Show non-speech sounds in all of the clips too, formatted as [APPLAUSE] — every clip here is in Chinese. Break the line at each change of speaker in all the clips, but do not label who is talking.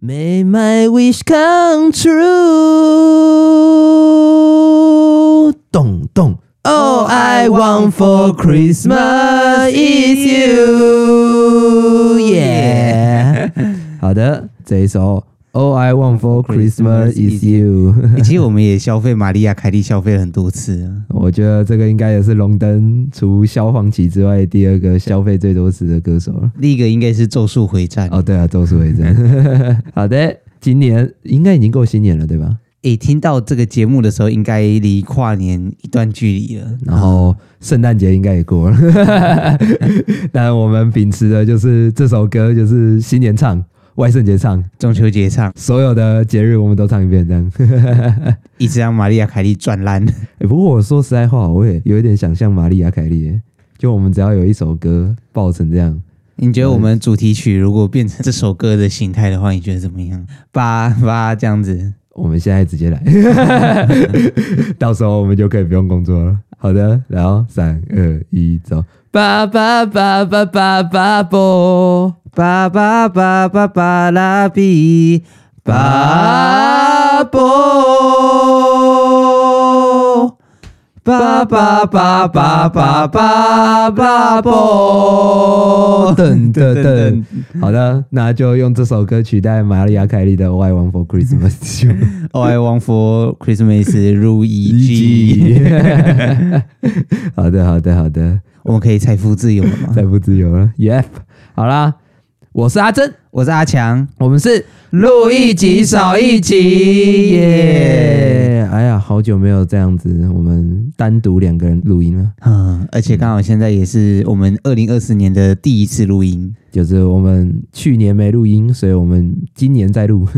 May my wish come true。咚咚。All I want for Christmas is you。耶。好的，这一首 All I want for Christmas is you。
欸其实我们也消费玛利亚凯莉消费了很多次了，
我觉得这个应该也是龙灯除萧煌奇之外第二个消费最多次的歌手了。
第一个应该是《咒术回战》
哦，对啊，周树伟真。 [LAUGHS] 好的，今年应该已经够新年了，对吧？
诶、听到这个节目的时候，应该离跨年一段距离了。
然后圣诞节应该也过了， [LAUGHS] 但我们秉持的就是这首歌，就是新年唱、万圣节唱，
中秋节唱，
所有的节日我们都唱一遍这样。 [LAUGHS]
一直让玛利亚凯莉转烂。
欸不过我说实在话，我也有一点想像玛丽亚凯莉耶，就我们只要有一首歌爆成这样，
你觉得我们主题曲如果变成这首歌的形态的话，你觉得怎么样？八八这样子，
我们现在直接来，到时候我们就可以不用工作了。好的，然后三二一，走！叭叭叭叭叭叭啵，
八八八八八拉比，
叭啵，叭叭叭叭叭叭叭啵，噔噔噔。好的，那就用这首歌取代玛丽亚凯莉的《Why One for Christmas You》。
All I want for Christmas 如一 G，
[LAUGHS] 好的，好的，好的，
我们可以财富自由了吗？
再不自由了。Yep，好啦，我是阿珍，
我是阿强，
我们是录一集少一集耶。哎呀，好久没有这样子，我们单独两个人录音了，
嗯，而且刚好现在也是我们二零二四年的第一次录音，
就是我们去年没录音，所以我们今年再录。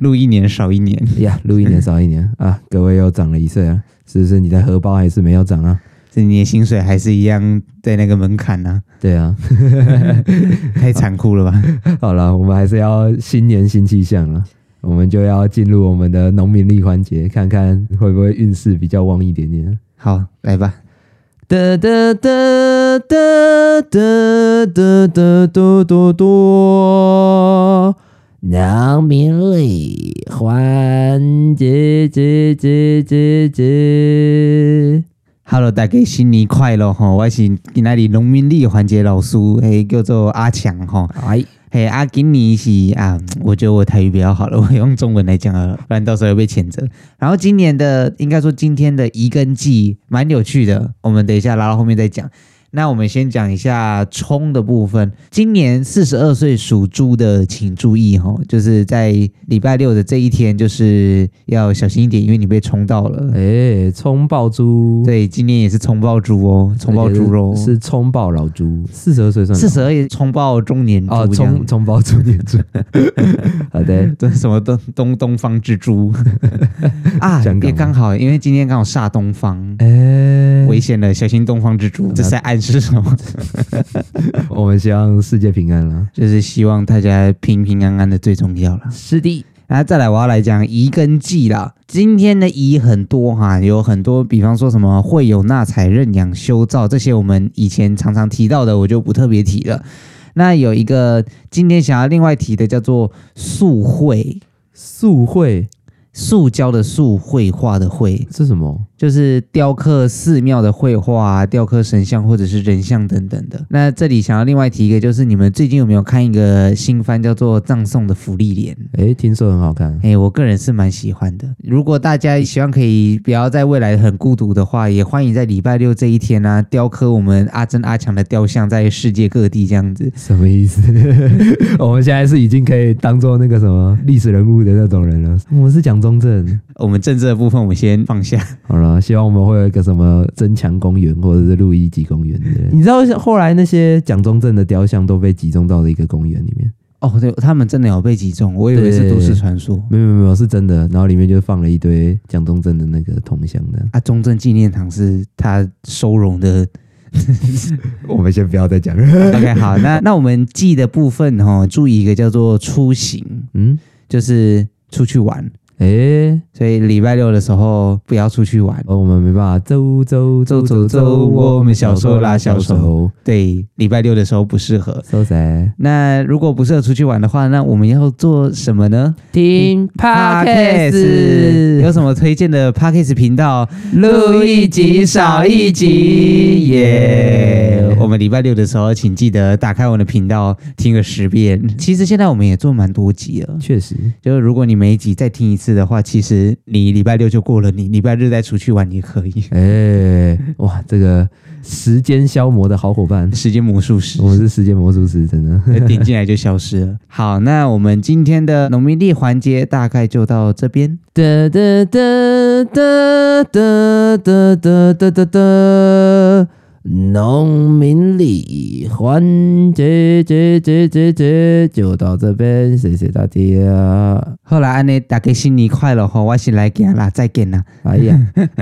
录一年少一年，
呀，录 [LAUGHS] 一年少一年啊，各位又长了一岁啊，是不是你的荷包还是没有长啊？
这你的薪水还是一样在那个门槛呢、
对啊， [LAUGHS]
太残酷了吧？
好了，我们还是要新年新气象了，我们就要进入我们的农民历环节，看看会不会运势比较旺一点啊点。
好，来吧，
哒哒哒哒哒哒哒哒哒哒，农民历环节节节节节。
Hello，大家新年快乐吼！我是今仔日农民历环节老师，嘿，叫做阿强吼。
哎，
嘿，啊，今年是啊，我觉得我台语比较好了，我用中文来讲好了，不然到时候又被谴责。然后今年的，应该说今天的移根季蛮有趣的，我们等一下拉到后面再讲。那我们先讲一下冲的部分。今年四十二岁属猪的，请注意哈，就是在礼拜六的这一天，就是要小心一点，因为你被冲到了。
哎，冲爆猪，
对，今年也是冲爆猪哦，冲爆猪肉，
是冲爆老猪，四十二岁算
四十二也冲爆中年猪
哦，
这样
冲冲爆猪年 [LAUGHS] 猪。好
[LAUGHS]
的，
这什么东东东方之珠 [LAUGHS] 啊
香，港
也刚好，因为今天刚好煞东方，
哎，
危险了，小心东方之珠。这是在暗示什么？
我们希望世界平安啦。
[LAUGHS] 就是希望大家平平安安的最重要了。
师弟，
然啊后再来，我要来讲宜跟忌啦。今天的宜很多哈，有很多，比方说什么会有纳采、认养、修造这些，我们以前常常提到的，我就不特别提了。那有一个今天想要另外提的，叫做塑绘，
素会
塑胶的塑，绘画的绘。
是什么？
就是雕刻寺庙的绘画、啊、雕刻神像或者是人像等等的。那这里想要另外提一个，就是你们最近有没有看一个新番叫做《葬送的福利莲》？
哎，听说很好看。
哎，我个人是蛮喜欢的。如果大家希望可以不要在未来很孤独的话，也欢迎在礼拜六这一天啊，雕刻我们阿珍阿强的雕像在世界各地这样子。
什么意思？ [LAUGHS] 我们现在是已经可以当做那个什么历史人物的那种人了。我们是蒋中正。
我们政治的部分我们先放下。
好了，希望我们会有一个什么增强公园或者是路易吉公园之类的。你知道后来那些蒋中正的雕像都被集中到了一个公园里面。
哦，对，他们真的有被击中，我以为是都市传说
没有没有没有，是真的。然后里面就放了一堆蒋中正的那个铜像的。
啊。中正纪念堂是他收容的
我们先不要再讲了。
OK，好，那那我们记的部分哦，注意一个叫做出行，
嗯，
就是出去玩。
诶、
所以礼拜六的时候不要出去玩。
哦，我们没办法，走走走走
走
走，
走
我
我
们
们
小
小
手
手
拉
拉
小
小
手
手，对，礼拜六的时候不适合。
收谁？
那如果不适合出去玩的话，那我们要做什么呢
听
Podcast 有什么推荐的 Podcast 频道？我们礼拜六的时候，请记得打开我的频道听个十遍。其实现在我们也做蛮多集了，
确实，
就是如果你每一集再听一次的话，其实你礼拜六就过了，你礼拜日再出去玩也可以。
哎、哇，这个时间消磨的好伙伴，
时间魔术师
我，们是时间魔术师，真的。
点进来就消失了。好，那我们今天的农民历环节大概就到这边。
哒哒哒哒哒哒哒哒哒哒，农民里环节节节节节就到这边，谢谢大家。
后来安内大家新年快乐吼，我是来给啦，再见啦。
哎呀，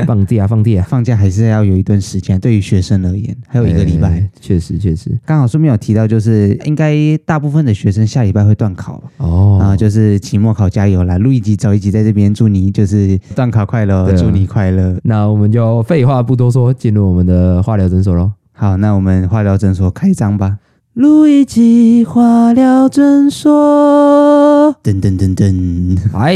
放假放假，
放假还是要有一段时间，对于学生而言，还有一个礼拜。
哎，确实确实
刚好顺便有提到，就是应该大部分的学生下礼拜会断考吧，
哦
然后就是期末考加油啦，录一集早一集，在这边祝你就是断考快乐，
对啊
祝你快乐。
那我们就废话不多说，进入我们的化疗诊所喽。
好，那我们化疗诊所开张吧。
路易吉化疗诊所，
噔噔噔噔，
嗨，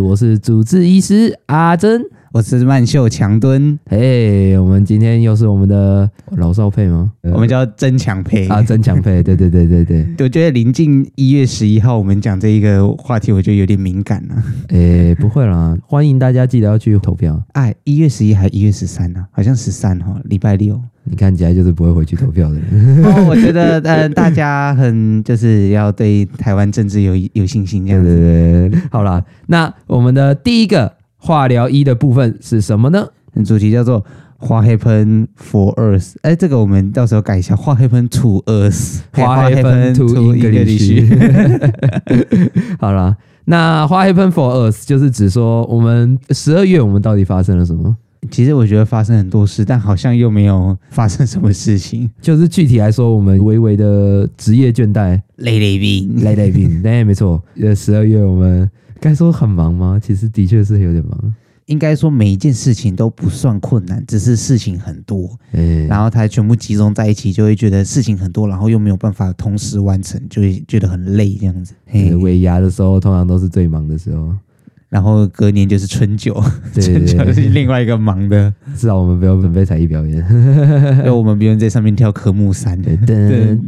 我是主治医师阿珍。
我是曼秀强敦，
嘿哎我们今天又是我们的老少配吗？
我们叫曾强培
啊，增强配，对对对对对。
我觉得临近一月十一号，我们讲这一个话题，我觉得有点敏感了、啊。
诶、哎不会啦，欢迎大家记得要去投票。
哎，一月十一还一月十三呢？好像十三哈，礼拜
[LAUGHS]
六。
你看起来就是不会回去投票的人。
哦，我觉得呃，大家很就是要对台湾政治有有信心这
[LAUGHS] 对
样子。
对对，好啦，那我们的第一个化疗一的部分是什么呢？
主题叫做“花黑喷 for us”，哎，这个我们到时候改一下，“花黑喷 to 哎 us”，
花黑喷 to English
区。。
[LAUGHS] 好啦，那花黑喷 for us 就是指说我们十二月我们到底发生了什么？
其实我觉得发生很多事，但好像又没有发生什么
[LAUGHS]
事情。
就是具体来说，我们微微的职业倦怠，
累累病，
累累 [LAUGHS] 病。对，没错，呃，十二月我们该说很忙吗？其实的确是有点忙。
应该说每一件事情都不算困难，只是事情很多，
诶、
然后它全部集中在一起，就会觉得事情很多，然后又没有办法同时完成，就会觉得很累这样子。嘿
呃，尾牙的时候通常都是最忙的时候。
然后隔年就是春酒，
对对
春酒
对，
是另外一个忙的，
[LAUGHS] 至少我们不用准备才艺表演。 [LAUGHS]
因为我们不用在上面跳科目三，
噔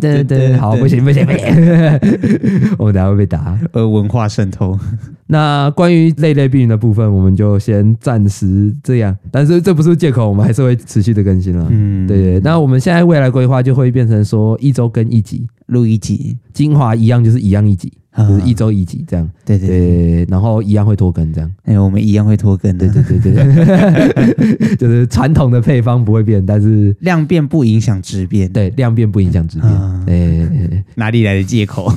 噔噔，好，不行不行不行， [LAUGHS] 我们等下会被打。
呃，文化渗透。
那关于类类病的部分，我们就先暂时这样，但是这不是借口，我们还是会持续的更新了。
嗯，
对对，那我们现在未来规划就会变成说一周更一集，
录一集，
精华一样就是一样一集，
啊
就是一周一集这样。
对对对，
对，然后一样会拖更这样。
哎，我们一样会拖更的。
对对对对， [LAUGHS] 就是传统的配方不会变，但是
量变不影响质变，
对量变不影响质变。
啊
诶、诶诶
哪里来的借口？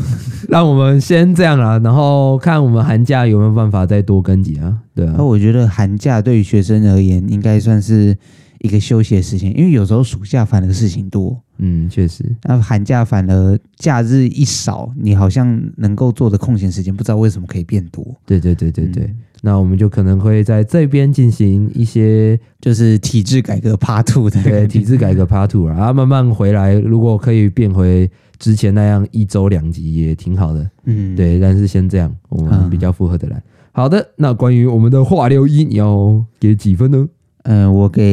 让我们先这样啦，然后看我们寒假有没有办法再多更几啊？对啊
那，我觉得寒假对于学生而言，应该算是一个休息的时间，因为有时候暑假反而事情多，
嗯，确实，
那寒假反而假日一少，你好像能够做的空闲时间，不知道为什么可以变多。
对对对对对。
嗯
那我们就可能会在这边进行一些
就是体制改革 Part Two 的 [LAUGHS]
对体制改革 Part Two 啊，慢慢回来，如果可以变回之前那样一周两集也挺好的，
嗯，
对。但是先这样，我们
啊
比较符合的来。好的，那关于我们的化疗一，你要给几分呢？
嗯、我给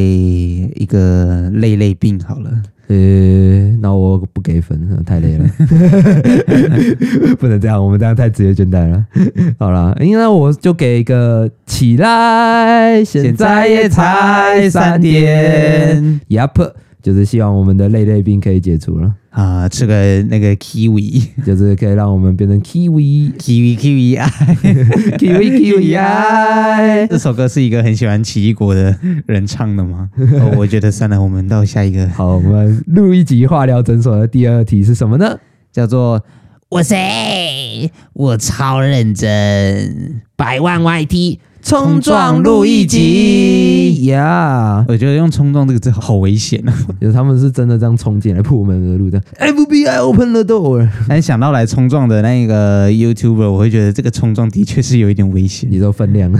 一个累累病好了，
呃，那我不给分，太累了， [LAUGHS] 不能这样，我们这样太职业倦怠了。好啦，因为我就给一个起来，现在也才三点，Yup，就是希望我们的累累病可以解除了，
啊，吃个那个 kiwi [LAUGHS]
就是可以让我们变成 [LAUGHS] kiwi
kiwi kiwi 啊，
kiwi kiwi 爱
这。首歌是一个很喜欢奇异果的人唱的吗？哦，我觉得算了，我们到下一个
好，我们录一集化疗诊所的第二题是什么呢？
叫做“哇塞，我超认真，
百万 YT 冲撞录一集呀！
我觉得用“冲撞”这个字好危险啊！ [LAUGHS]
有、他们是真的这样冲进来破门而入的。FBI open the door，
但是想到来冲撞的那个 YouTuber，我会觉得这个冲撞的确是有一点危险。
你知道分量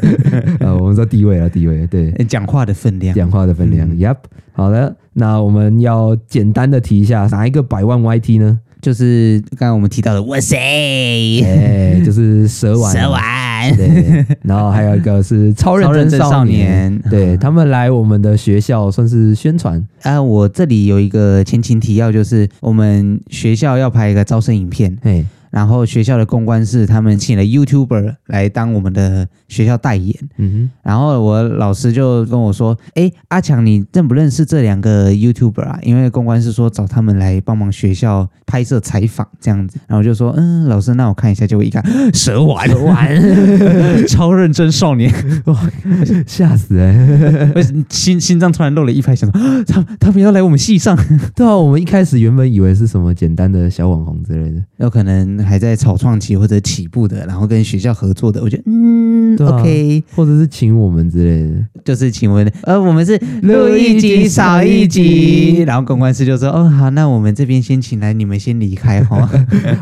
[LAUGHS] 啊？我们知道地位了，地位对。
诶讲话的分量，
讲话的分量、
嗯
y e p 好的，那我们要简单的提一下，哪一个百万 YT 呢？
就是刚才我们提到的“哇塞”
哎、就是蛇丸，
蛇丸，
对，然后还有一个是超认真少年，
年。
对他们来我们的学校算是宣传，
[LAUGHS] 啊，我这里有一个前情提要，就是我们学校要拍一个招生影片，
嘿，
然后学校的公关室他们请了 YouTuber 来当我们的学校代言。
嗯
然后我老师就跟我说：“哎，阿强，你认不认识这两个 YouTuber 啊？因为公关是说找他们来帮忙学校拍摄采访这样子。”然后我就说：“嗯，老师，那我看一下。”结果 [LAUGHS] 一看，蛇丸，蛇丸， [LAUGHS] 超认真少年，
哼，吓死人！ [LAUGHS]
我心心脏突然漏了一拍，想说啊他他们要来我们系上，
对啊，我们一开始原本以为是什么简单的小网红之类的，
有可能还在草创期或者起步的，然后跟学校合作的，我觉得嗯、
对啊
OK，
或者是请我们之类的， [LAUGHS]
就是请问，呃，我们是录一集少一集，然后公关师就说，哦，好，那我们这边先请来，你们先离 [LAUGHS] 开哈，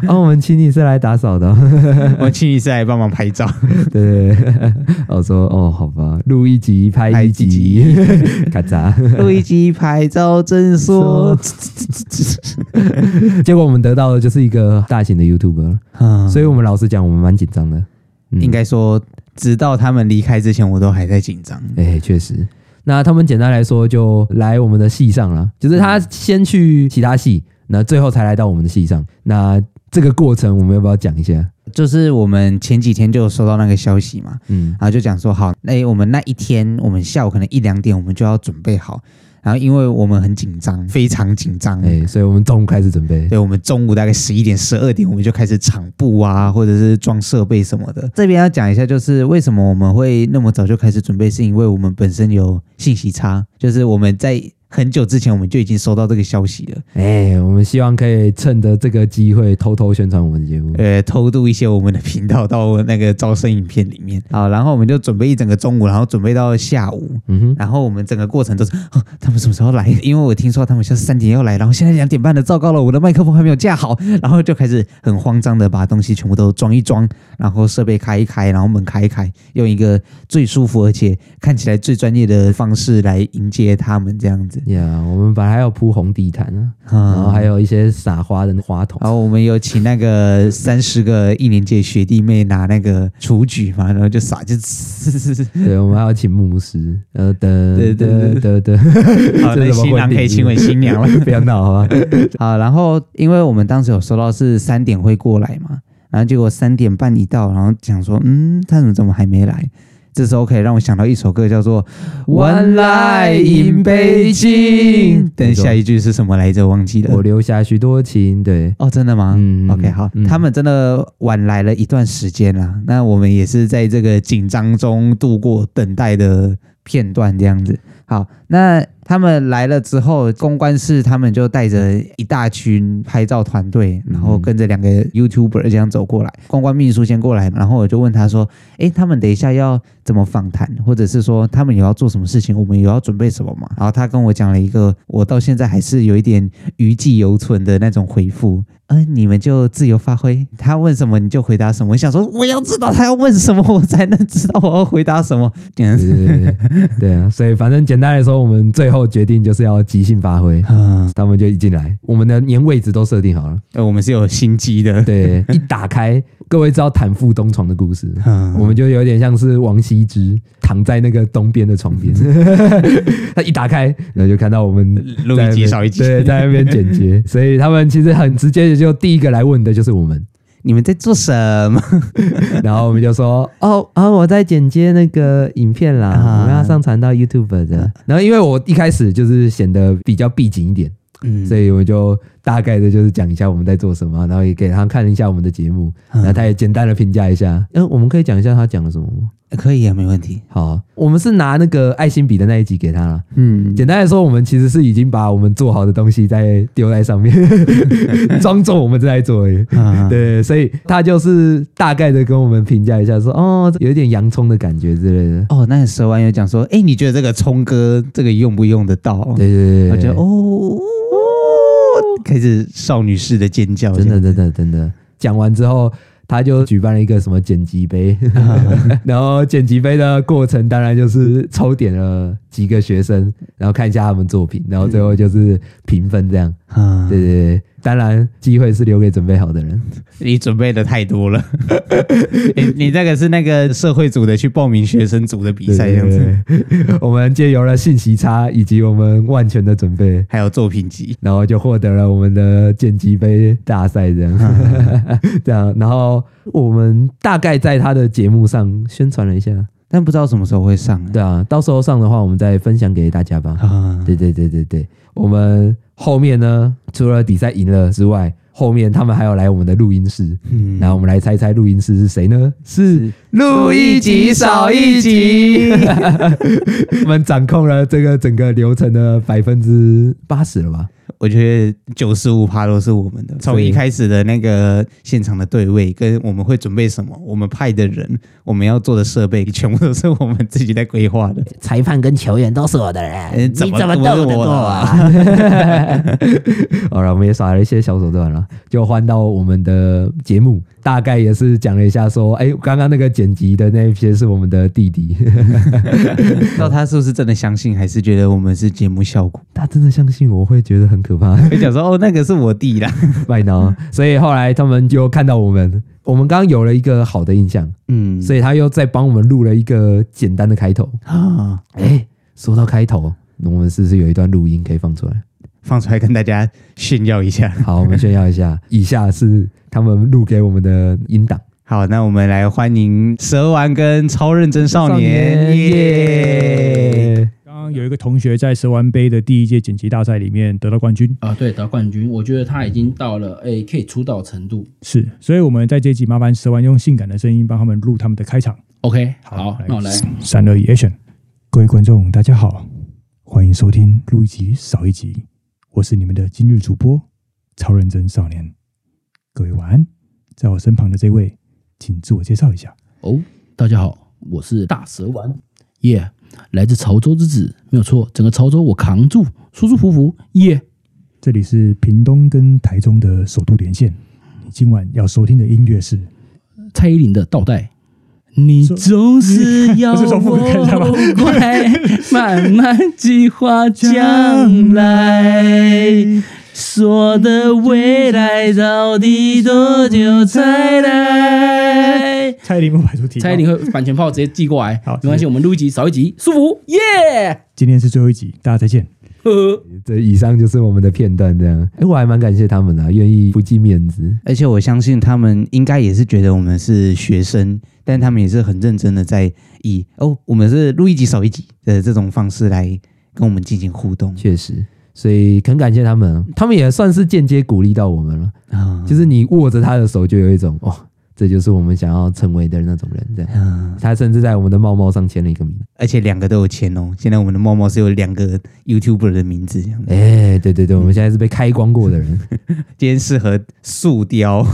哦，我们请你是来打扫的哦、 [LAUGHS]
我请你是来帮忙拍照，
对对 [LAUGHS] 对，我说哦，好吧，录一集拍一集， [LAUGHS] 咔嚓。
录一集拍照真 [LAUGHS] 说，
结果我们得到的就是一个大型的 YouTuber，、
嗯，
所
所
以
以
我们老实讲，我们蛮紧张的。嗯
应该说，直到他们离开之前，我都还在紧张，
哎，确实。那他们简单来说，就来我们的系上了，就是他
嗯
先去其他系，那最后才来到我们的系上。那这个过程，我们要不要讲一下？
就是我们前几天就有收到那个消息嘛，
嗯
然后就讲说好，那、我们那一天，我们下午可能一两点，我们就要准备好。然后因为我们很紧张，非常紧张，
哎、所以我们中午开始准备。
对，我们中午大概十一点、十二点，我们就开始场布啊，或者是装设备什么的。这边要讲一下，就是为什么我们会那么早就开始准备，是因为我们本身有信息差，就是我们在很久之前我们就已经收到这个消息了，
哎、我们希望可以趁着这个机会偷偷宣传我们的节目。
呃，偷渡一些我们的频道到那个招生影片里面好，然后我们就准备一整个中午，然后准备到下午，
嗯哼，
然后我们整个过程都是、 [LAUGHS] 哦，他们什么时候来？因为我听说他们下是三点要来，然后现在两点半了，糟糕了，我的麦克风还没有架好，然后就开始很慌张的把东西全部都装一装，然后设备开一开，然后门开一开，用一个最舒服而且看起来最专业的方式来迎接他们这样子。
呀、我们本来还要铺红地毯啊，
嗯
然后还有一些撒花的花筒。
然后我们有请那个三十个一年级的学弟妹拿那个雏菊嘛，然后就撒，就
对，我们还要请牧师。呃，的
对对对
的的，[LAUGHS]
好，
这
那
怎么
新郎
会
可以
定
亲
义
吻新娘了。
[LAUGHS] 不要闹好吧？
[LAUGHS] 好，啊然后因为我们当时有收到是三点会过来嘛，然后结果三点半一到，然后讲说，嗯，他怎么怎么还没来？这时候可以让我想到一首歌，叫做《One Night in Beijing》。等下一句是什么来着？忘记
我
了。
留下许多情，对，
哦，真的吗？
嗯
OK，好，
嗯
他们真的晚来了一段时间啦。那我们也是在这个紧张中度过等待的片段，这样子。好，那他们来了之后，公关室他们就带着一大群拍照团队，
嗯
然后跟着两个 YouTuber 这样走过来。公关秘书先过来，然后我就问他说：“诶，他们等一下要怎么访谈，或者是说他们有要做什么事情，我们有要准备什么吗？”然后他跟我讲了一个我到现在还是有一点余悸犹存的那种回复。嗯、你们就自由发挥，他问什么你就回答什么。我想说，我要知道他要问什么，我才能知道我要回答什么。
[LAUGHS] 对
嗯 [LAUGHS]
对对对对啊，所以反正简单来说，我们最后决定就是要即兴发挥。 [LAUGHS]
嗯，
他们就一进来，我们的连位置都设定好了。
呃，我们是有心机的。
对，一 [LAUGHS] 打开，各位知道坦腹东床的故事，
嗯，
我们就有点像是王羲之躺在那个东边的床边， [LAUGHS] 他一打开，然后就看到我们
录
在
一
那
集
边
少一集。
对，在那边剪
[LAUGHS]
辑，所以他们其实很直接的，就第一个来问的就是我们，
你们在做什么？
然后我们就说， [LAUGHS] 哦啊，我在剪接那个影片啦，
啊
我们要上传到 YouTube 的。啊然后因为我一开始就是显得比较闭紧一点，
嗯
所以我就大概的就是讲一下我们在做什啊么，然后也给他看一下我们的节目，然后他也简单的评价一下。嗯，我们可以讲一下他讲了什么吗？
可以啊，没问题。
好，我们是拿那个爱心笔的那一集给他了。
嗯，
简单来说，我们其实是已经把我们做好的东西再丢在 [LAUGHS] 上面，装作我们正在做而已。
啊，
对，所以他就是大概的跟我们评价一下说，哦，有一点洋葱的感觉之类的。
哦，那蛇丸有讲说，哎，你觉得这个聪哥这个用不用得到？
对对对对，
我觉得哦，开始少女式的尖叫，
真的，真的真的，讲完之后。他就举办了一个什么剪辑
[LAUGHS]
杯，然后剪辑杯的过程当然就是抽点了几个学生，然后看一下他们作品，然后最后就是评分这样。
啊，
对对对，当然机会是留给准备好的人。
你准备的太多 [LAUGHS] 了。你你那个是那个社会组的去报名学生组的比赛这样子，
对对对我们借由了信息差以及我们万全的准备，
还有作品集，
然后就获得了我们的剪辑杯大赛这样，这样，然后我们大概在他的节目上宣传了一下。
但不知道什么时候会上。
对啊，到时候上的话，我们再分享给大家吧。
啊，
对对对对对，我们后面呢，除了比赛赢了之外，后面他们还有来我们的录音室，
嗯
然后我们来猜猜录音室是谁呢？是录一集少一集，我们掌控了这个整个流程的百分之八十了吧？
[LAUGHS] 我觉得九十五趴都是我们的，从
对
一开始的那个现场的对位，跟我们会准备什么，我们派的人，我们要做的设备，全部都是我们自己在规划的。
裁判跟球员都是我的人
哎怎么你怎么斗得过啊
啊？ [LAUGHS] 好了，我们也耍了一些小手段了，就换到我们的节目，大概也是讲了一下说，哎、刚刚那个剪辑的那一些是我们的弟弟， [LAUGHS]
不知道他是不是真的相信，还是觉得我们是节目效 [LAUGHS] 果？
他真的相信我会觉得很可怕，
会讲说哦，那个是我弟啦。
麦当，所以后来他们就看到我们，我们刚刚有了一个好的印象，
嗯
所以他又再帮我们录了一个简单的开头。
[GASPS] 啊，
哎、说到开头，我们是不是有一段录音可以放出来？
放出来跟大家炫耀一下。
[LAUGHS] 好，我们炫耀一下，以下是他们录给我们的音档。
好，那我们来欢迎蛇丸跟超认真少年，耶！
耶！
刚刚有一个同学在蛇丸杯的第一届剪辑大赛里面得到冠军，
啊，对，得冠军，我觉得他已经到了诶、可以出道程度。
是，所以我们在这集麻烦蛇丸用性感的声音帮他们录他们的开场。
OK，好，那我来。
三二一 action！各位观众，大家好，欢迎收听录一集少一集，我是你们的今日主播超认真少年。各位晚安，在我身旁的这位，请自我介绍一下。
哦，大家好，我是大蛇丸，耶、来自潮州之子，没有错，整个潮州我扛住，舒舒服服，耶、
这里是屏东跟台中的首都连线，你今晚要收听的音乐是
蔡依林的倒带。你总是要 [LAUGHS]
不是重复看一下吗
我快慢慢计划将来，说的未来到底多久才来？
蔡依林不排除提
蔡依林会版权炮直接寄过来。
好
没
谢谢
关系，我们录一集少一集，舒服耶。
今天是最后一集，大家再见。
呵呵
这以上就是我们的片段，这样。哎、我还蛮感谢他们的、啊，愿意不计面子。
而且我相信他们应该也是觉得我们是学生，但他们也是很认真的在以哦，我们是录一集少一集的这种方式来跟我们进行互动
确实，所以很感谢他们，啊他们也算是间接鼓励到我们了。
啊，
就是你握着他的手，就有一种哦，这就是我们想要成为的那种人。这样，
啊，
他甚至在我们的帽帽上签了一个名。
而且两个都有钱哦。现在我们的猫猫是有两个 YouTuber 的名字，这样子
哎、对对
嗯
对，我们现在是被开光过的人，
今天适合塑雕，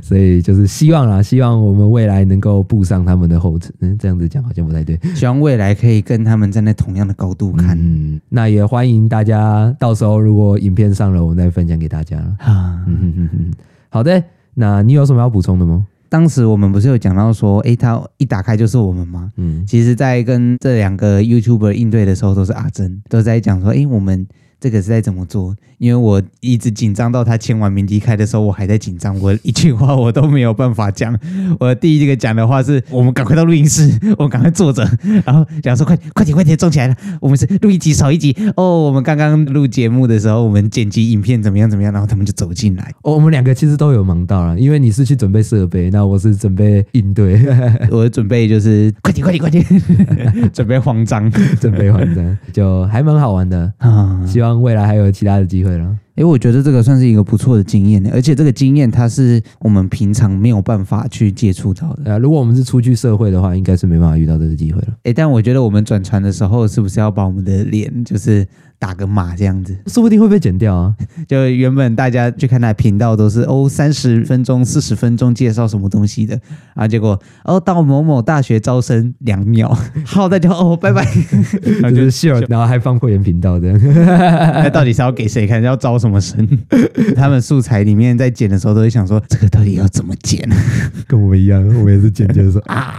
所以就是希望啦，希望我们未来能够步上他们的后尘。嗯，这样子讲好像不太对。
[LAUGHS] 希望未来可以跟他们站在同样的高度看
嗯，那也欢迎大家到时候如果影片上了，我们再分享给大家啦。
啊。
嗯哼哼哼，好的，那你有什么要补充的吗？
当时我们不是有讲到说，诶，他一打开就是我们吗？
嗯，
其实，在跟这两个 YouTuber 应对的时候，都是阿珍都在讲说，诶，我们这个是在怎么做？因为我一直紧张到他签完名离开的时候，我还在紧张，我一句话我都没有办法讲。我第一个讲的话是我们赶快到录音室， [LAUGHS] 我们赶快坐着，然后讲说快快点快点装起来了，我们是录一集少一集哦。我们刚刚录节目的时候，我们剪辑影片怎么样怎么样，然后他们就走进来。
哦，我们两个其实都有忙到了，因为你是去准备设备，那我是准备应对， [LAUGHS]
[LAUGHS] 我准备就是快点快点快点， [LAUGHS] 准备慌张
准备完成，就还蛮好玩的。 [LAUGHS]
啊。
嗯希望未来还有其他的机会了。
诶，我觉得这个算是一个不错的经验，而且这个经验它是我们平常没有办法去接触到的。
呃，如果我们是出去社会的话，应该是没办法遇到这个机会了。
诶，但我觉得我们转传的时候，是不是要把我们的脸就是打个码这样子？
说不定会被剪掉 [LAUGHS] 啊！
就原本大家去看他的频道都是哦三十分钟、四十分钟介绍什么东西的，啊，结果哦到某某大学招生两秒， [LAUGHS] 好，大家哦拜拜。
然后就是秀，然后还放会员频道这样。
[LAUGHS] 那到底是要给谁看？要招什么生？ [LAUGHS] 他们素材里面在剪的时候都会想说，这个到底要怎么剪？ [LAUGHS]
跟我们一样，我们也是剪接的时候啊，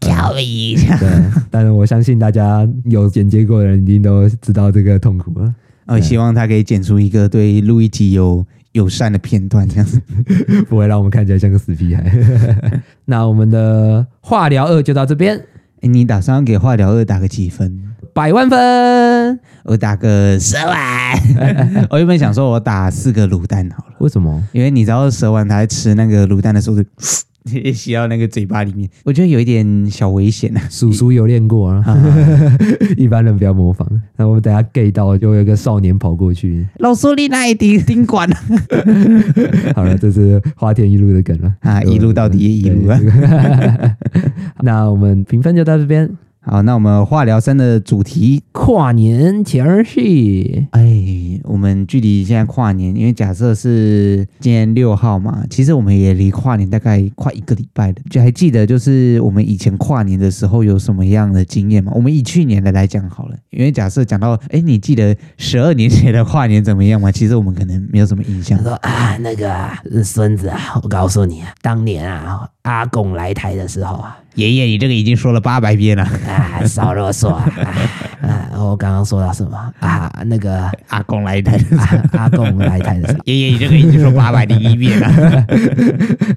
教我一下。
对。啊但是我相信大家有剪接过的人，一定都知道这个痛
[LAUGHS]
苦了。
哦，希望他可以剪出一个对路易吉有友善的片段，这样子。
不会让我们看起来像个死屁
[LAUGHS]
孩。那我们的化疗二就到这边，
诶哎你打算给化疗二打个几分？
百万分。
我打个十 [LAUGHS] 万。我原本想说我打四个卤蛋好了。
为什么？
因为你知道蛇丸它在吃那个卤蛋的时候 [LAUGHS] 是也吸到那个嘴巴里面，我觉得有一点小危险啊。
叔叔有练过啊， [LAUGHS] 一般人不要模仿。那我们等下 gay 到，就会有一个少年跑过去。
老说你那一 [LAUGHS] 顶顶管啊，
好了，这是花田一路的梗了
[LAUGHS] 啊一路到底也一路啊。
对对 [LAUGHS]
[LAUGHS]
那我们评分就到这边。
好，那我们化疗三的主题，
跨年前戏，
哎，我们距离现在跨年，因为假设是今天六号嘛，其实我们也离跨年大概快一个礼拜了。就还记得就是我们以前跨年的时候有什么样的经验吗？我们以去年的来讲好了，因为假设讲到，哎，你记得十二年前的跨年怎么样吗？其实我们可能没有什么印象
他。说啊，那个啊孙子啊，我告诉你啊，当年啊，阿贡来台的时候啊，
[LAUGHS] 爷爷，你这个已经说了八百遍 [LAUGHS] 了。
啊，少啰嗦啊，啊啊我刚刚说到什么啊？那个
[LAUGHS]
啊
阿公来的，
阿贡来台的时候，
爷爷，你这个已经说八百零一遍了。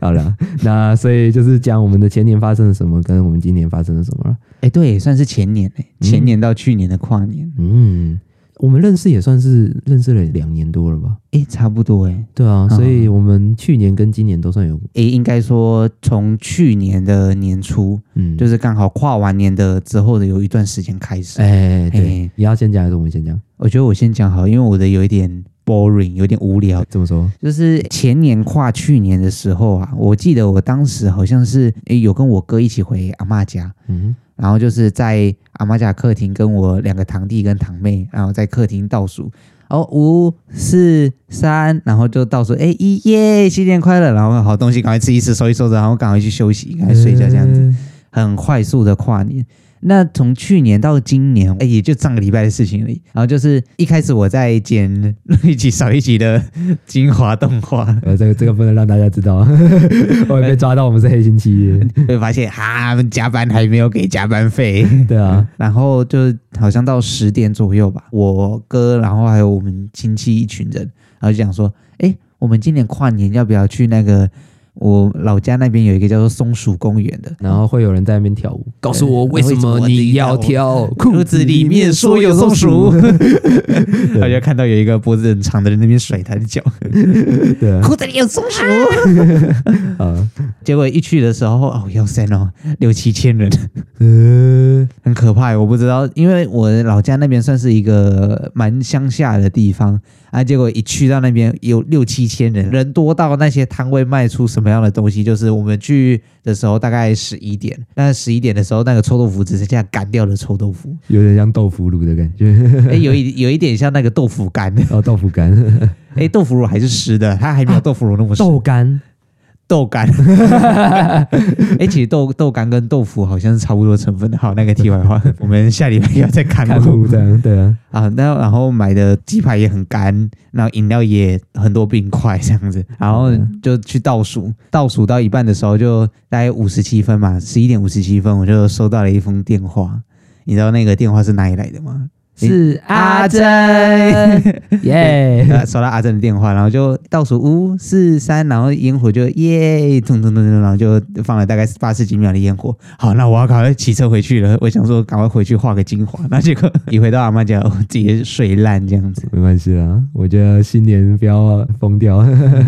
好了，那所以就是讲我们的前年发生了什么，跟我们今年发生了什么了。
[LAUGHS] 哎，对，算是前年哎，前年到去年的跨年，
嗯，我们认识也算是认识了两年多了吧？
哎，差不多哎，
对啊，
嗯
所以我们去年跟今年都算有，
哎，应该说从去年的年初，
嗯，
就是是刚好跨完年的之后的有一段时间开始。哎，
哎、对
嘿，
你要先讲还是我们先讲？
我觉得我先讲好，因为我的有一点 boring，有点无聊。
怎么说？
就是前年跨去年的时候啊，我记得我当时好像是诶有跟我哥一起回阿嬷家，
嗯，
然后就是在阿玛家客厅跟我两个堂弟跟堂妹，然后在客厅倒数，哦五四三，然后就倒数，哎一耶，新年快乐！然后好东西赶快吃一吃，收一收着，然后赶快去休息，赶快睡觉，这样子，很快速的跨年。那从去年到今年，哎，也就上个礼拜的事情而已。然后就是一开始我在剪一集少一集的精华动画，
呃，这个这个不能让大家知道， [LAUGHS] 我也被抓到我们是黑星期一。 [LAUGHS]
会发现哈，加班还没有给加班费。
对啊，
然后就好像到十点左右吧，我哥，然后还有我们亲戚一群人，然后就讲说，哎，我们今年跨年要不要去那个我老家那边有一个叫做松鼠公园的，
然后会有人在那边跳 [LAUGHS] 舞，
告诉我为什么你要跳
[LAUGHS]
裤子里面说有松鼠，我就看到有一个脖子很长的人在那边甩他的脚，
对 [LAUGHS] 啊，
[LAUGHS] 裤子里有松鼠，
啊
结果一去的时候，哦，要三哦，六七千人，
呃，
很可怕耶，我不知道，因为我老家那边算是一个蛮乡下的地方啊，结果一去到那边有六七千人，人多到那些摊位卖出什么样的东西，就是我们去的时候大概十一点，那十一点的时候那个臭豆腐只剩下干掉的臭豆腐，
有点像豆腐乳的感觉，
哎，有一有一点像那个豆腐干，
[LAUGHS] 哦，豆腐 [LAUGHS] 干，
哎，豆腐乳还是湿的，它还没有啊豆腐乳那么湿，
[LAUGHS] 干，
豆干，哎，其实豆豆干跟豆腐好像是差不多成分的，好，那个题外话，我们下礼拜要再看
干
过
物这样，对啊，
啊，那然后买的鸡排也很干，然后饮料也很多冰块这样子，然后就去倒数，倒数到一半的时候就大概五十七分嘛，十一点五十七分我就收到了一封电话，你知道那个电话是哪里来的吗？
[LAUGHS] 是
阿珍，
呃 [LAUGHS] 耶，
呃收到阿珍的电话，然后就倒数五四三，然后烟火就耶，咚咚咚咚，然后就放了大概八十几秒的烟火。好，那我要赶快骑车回去了，我想说赶快回去画个精华，那结果一回到阿妈家，我直接睡烂这样子。
没关系啦，我觉得新年不要疯掉。 [LAUGHS]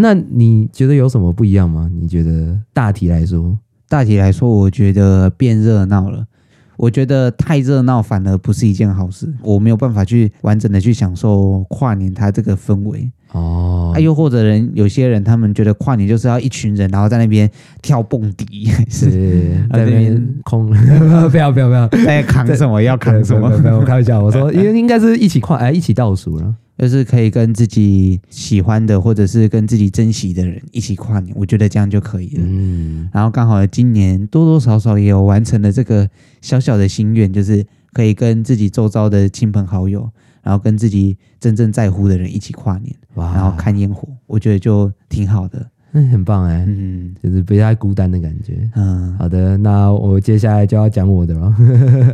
那你觉得有什么不一样吗？你觉得大体来说，
大体来说，我觉得变热闹了。我觉得太热闹反而不是一件好事，我没有办法去完整的去享受跨年它这个氛围。
哦
啊，，又或者人有些人他们觉得跨年就是要一群人，然后在那边跳蹦迪， [LAUGHS] 是
是
啊
在那
对
边空， [LAUGHS] 不要不要不要，
[LAUGHS] 在扛什么要扛什
不要不要不要
么，
我开玩笑，我说因为应该是一起跨，哎，一起倒数了。
就是可以跟自己喜欢的或者是跟自己珍惜的人一起跨年，我觉得这样就可以了。
嗯，
然后刚好今年多多少少也有完成了这个小小的心愿，就是可以跟自己周遭的亲朋好友，然后跟自己真正在乎的人一起跨年，
哇，
然后看烟火，我觉得就挺好的。
那很棒哎，
嗯
就是不太孤单的感觉。
嗯，
好的，那我接下来就要讲我的了。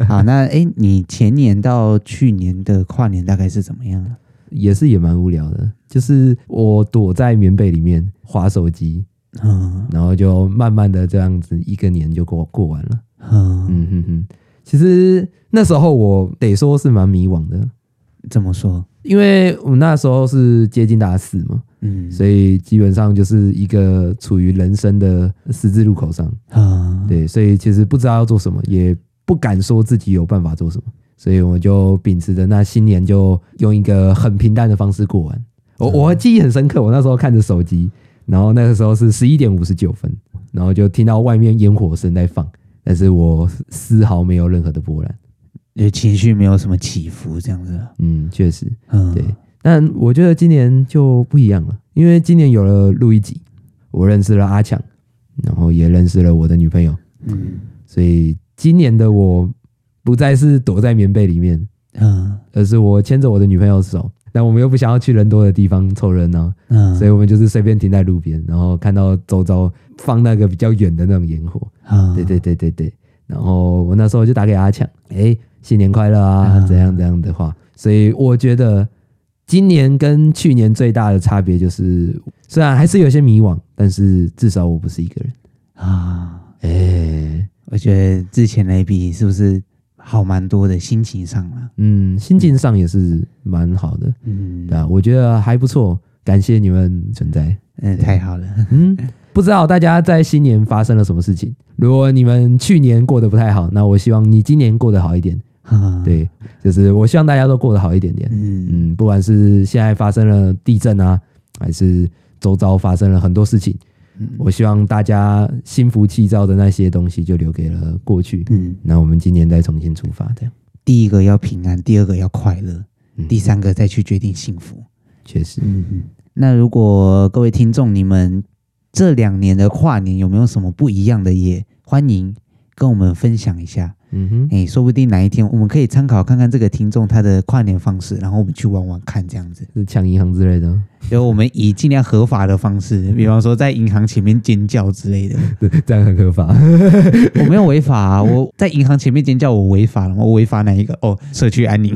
好，那诶，你前年到去年的跨年大概是怎么样啊？
[LAUGHS] 也是也蛮无聊的，就是我躲在棉被里面划手机，
嗯
然后就慢慢的这样子一个年就过过完了。
嗯，
嗯哼哼，其实那时候我得说是蛮迷惘的，
怎么说？
因为我那时候是接近大四嘛，
嗯，
所以基本上就是一个处于人生的十字路口上，
嗯，
对，所以其实不知道要做什么，也不敢说自己有办法做什么，所以我就秉持着那新年就用一个很平淡的方式过完。我我记忆很深刻，我那时候看着手机，然后那个时候是十一点五十九分，然后就听到外面烟火声在放，但是我丝毫没有任何的波澜。
就情绪没有什么起伏这样子啊。
嗯，确实，
嗯，
对，但我觉得今年就不一样了，因为今年有了录一集，我认识了阿强，然后也认识了我的女朋友，
嗯
所以今年的我不再是躲在棉被里面，
嗯
而是我牵着我的女朋友的手。但我们又不想要去人多的地方凑热闹，
嗯，
所以我们就是随便停在路边，然后看到周遭放那个比较远的那种烟火。
嗯
对对对对对。然后我那时候就打给阿强，哎，新年快乐啊，
啊
怎样怎样的话。所以我觉得今年跟去年最大的差别就是，虽然还是有些迷惘，但是至少我不是一个人。
啊。
哎，
我觉得之前那一笔是不是好蛮多的，心情上啊了。
嗯，心境上也是蛮好的，
嗯
对啊，我觉得还不错，感谢你们存在。
嗯，太好了。 [LAUGHS]
嗯，不知道大家在新年发生了什么事情？如果你们去年过得不太好，那我希望你今年过得好一点。
嗯，
对，就是我希望大家都过得好一点点。
嗯
嗯，不管是现在发生了地震啊，还是周遭发生了很多事情，
嗯
我希望大家心浮气躁的那些东西就留给了过去。
嗯，
那我们今年再重新出发，这样。
第一个要平安，第二个要快乐，
嗯
第三个再去决定幸福。
确实，
嗯嗯。那如果各位听众，你们这两年的跨年有没有什么不一样的也欢迎跟我们分享一下。
嗯哼，
哎，说不定哪一天我们可以参考看看这个听众他的跨年方式，然后我们去玩玩看这 [LAUGHS] 样子。
是抢银行之类的吗， [LAUGHS]
所以我们以尽量合法的方式，比方说在银行前面尖叫之类的。
对，这样很合法。 [LAUGHS]
我没有违法、啊，我在银行前面尖叫，我违法了吗？我违法哪一个？哦，社区安宁。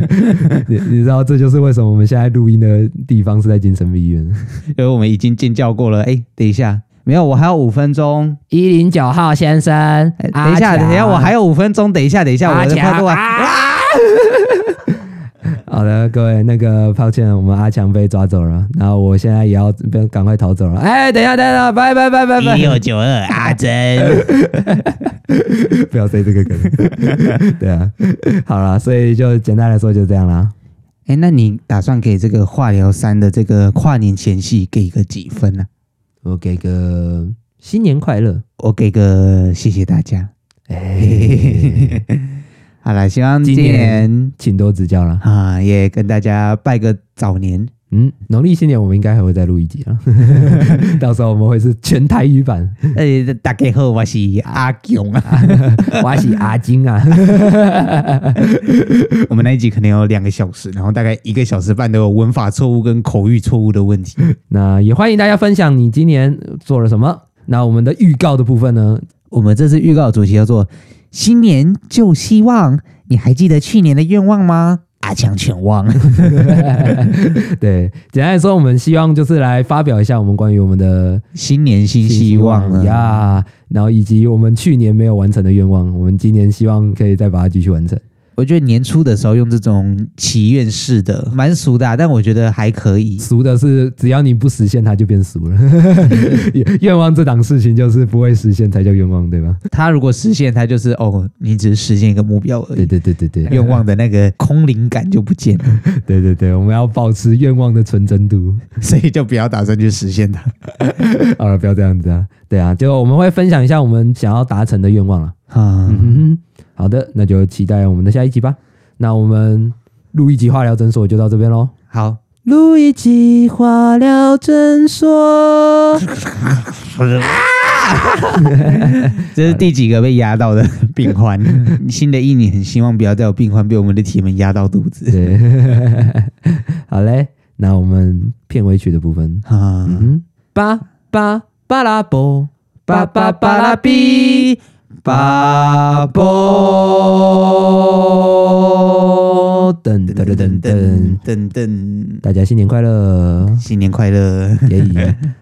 [LAUGHS]
你你知道，这就是为什么我们现在录音的地方是在精神病院。
因为我们已经尖叫过了。哎，等一下，没有，我还有五分钟。
[LAUGHS] 一零九号先生，
哎等一下，等一下，我还有五分钟。等一下，等一下，我的快啊录完。
好的，各位，那个抱歉，我们阿强被抓走了，然后我现在也要被赶快逃走了。哎，等一下，等一下，拜拜拜拜拜，
六九二阿珍，
不要塞这个 [LAUGHS] 梗。对啊，好了，所以就简单来说就这样啦。
[LAUGHS] 哎，那你打算给这个化疗三的这个跨年前戏给个几分啊呢、
我给个新年快乐。
我给个谢谢大家。
哎，
[LAUGHS] 好了，希望今
今
年
请多指教啦。
啊也跟大家拜个早 [LAUGHS] 年。
嗯，农历新年我们应该还会再录一集 [LAUGHS] 啊，到时候我们会是全台语版。
哎，大家好，我是阿勇 [LAUGHS] 啊。
我是阿金啊，
我们那一集可能有两个小时，然后大概一个小时半都有文法错误跟口语错误的问题。
那也欢迎大家分享你今年做了什么。那我们的预告的部分呢，
[LAUGHS] 我们这次预告的主题叫做“新年旧希望”，你还记得去年的愿望吗？阿强全忘。
对，简单来说，我们希望就是来发表一下我们关于我们的
[LAUGHS] 新年新希望啊了呀！
呀，然后以及我们去年没有完成的愿望，我们今年希望可以再把它继续完成。
我觉得年初的时候用这种祈愿式的，蛮俗的啊、但我觉得还可以。
俗的是，只要你不实现，它就变俗了。 [LAUGHS] 愿望这档事情就是不会实现才叫愿望，对吧？
他如果实现，他就是哦，你只是实现一个目标而
对
已，
对对对对，
愿望的那个空灵感就不见
[LAUGHS]
了，
对对对，我们要保持愿望的纯真度。
所以就不要打算去实现它。
好了，不要这样子啊。对啊，就我们会分享一下我们想要达成的愿望了。
啊、
嗯哼，好的，那就期待我们的下一集吧。那我们录一集化疗诊所就到这边喽。
好，
录一集化疗诊所，
这是第几个被压到
[LAUGHS]
的病患？新的一年，希望不要再有病患被我们的体们压到肚子。
对， [LAUGHS] 好嘞。那我们片尾曲的部分，
啊，
嗯，巴巴巴拉波，巴巴巴拉比，
巴
波，噔噔
噔
噔噔噔
噔噔，噔噔，
大家新年快乐！
新年快乐！
[LAUGHS] 也以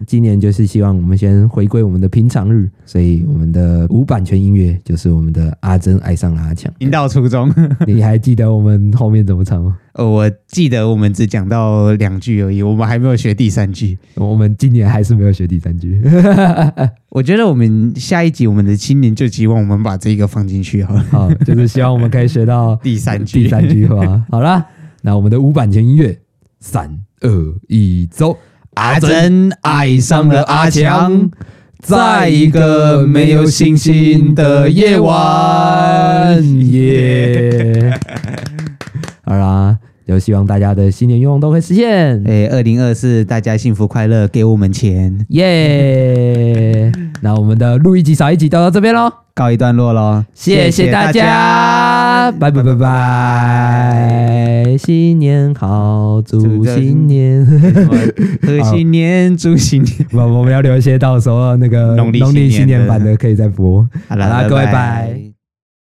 今年就是希望我们先回归我们的平常日，所以我们的无版权音乐就是我们的阿珍爱上了阿 [LAUGHS] 强。
引导初衷。
你还记得我们后面怎么唱吗？
呃，我记得我们只讲到两句而已，我们还没有学第三句。
我们今年还是没有学第三句。
我觉得我们下一集我们的青年就希望我们把这个放进去好
[LAUGHS]
了。
好，就是希望我们可以学到
第三句，
第三句话。 [LAUGHS] 好啦，那我们的无版权音乐，三二一，走！
阿珍爱上了阿强，
在一个没有星星的夜晚，耶、 [LAUGHS] 好啦，就希望大家的新年愿望都会实现，
哎，二零二四大家幸福快乐，给我们钱，
耶、那我们的录一集少一集就到这边喽，
告一段落喽。
谢谢大家，拜拜拜
[LAUGHS]
拜，新年好，祝新年。 [LAUGHS]
什么贺新年，祝新年。
我我们要留一些到时候那个
农历新年的
新年版的可以再播。好
好
啦
了，
各位
拜
拜。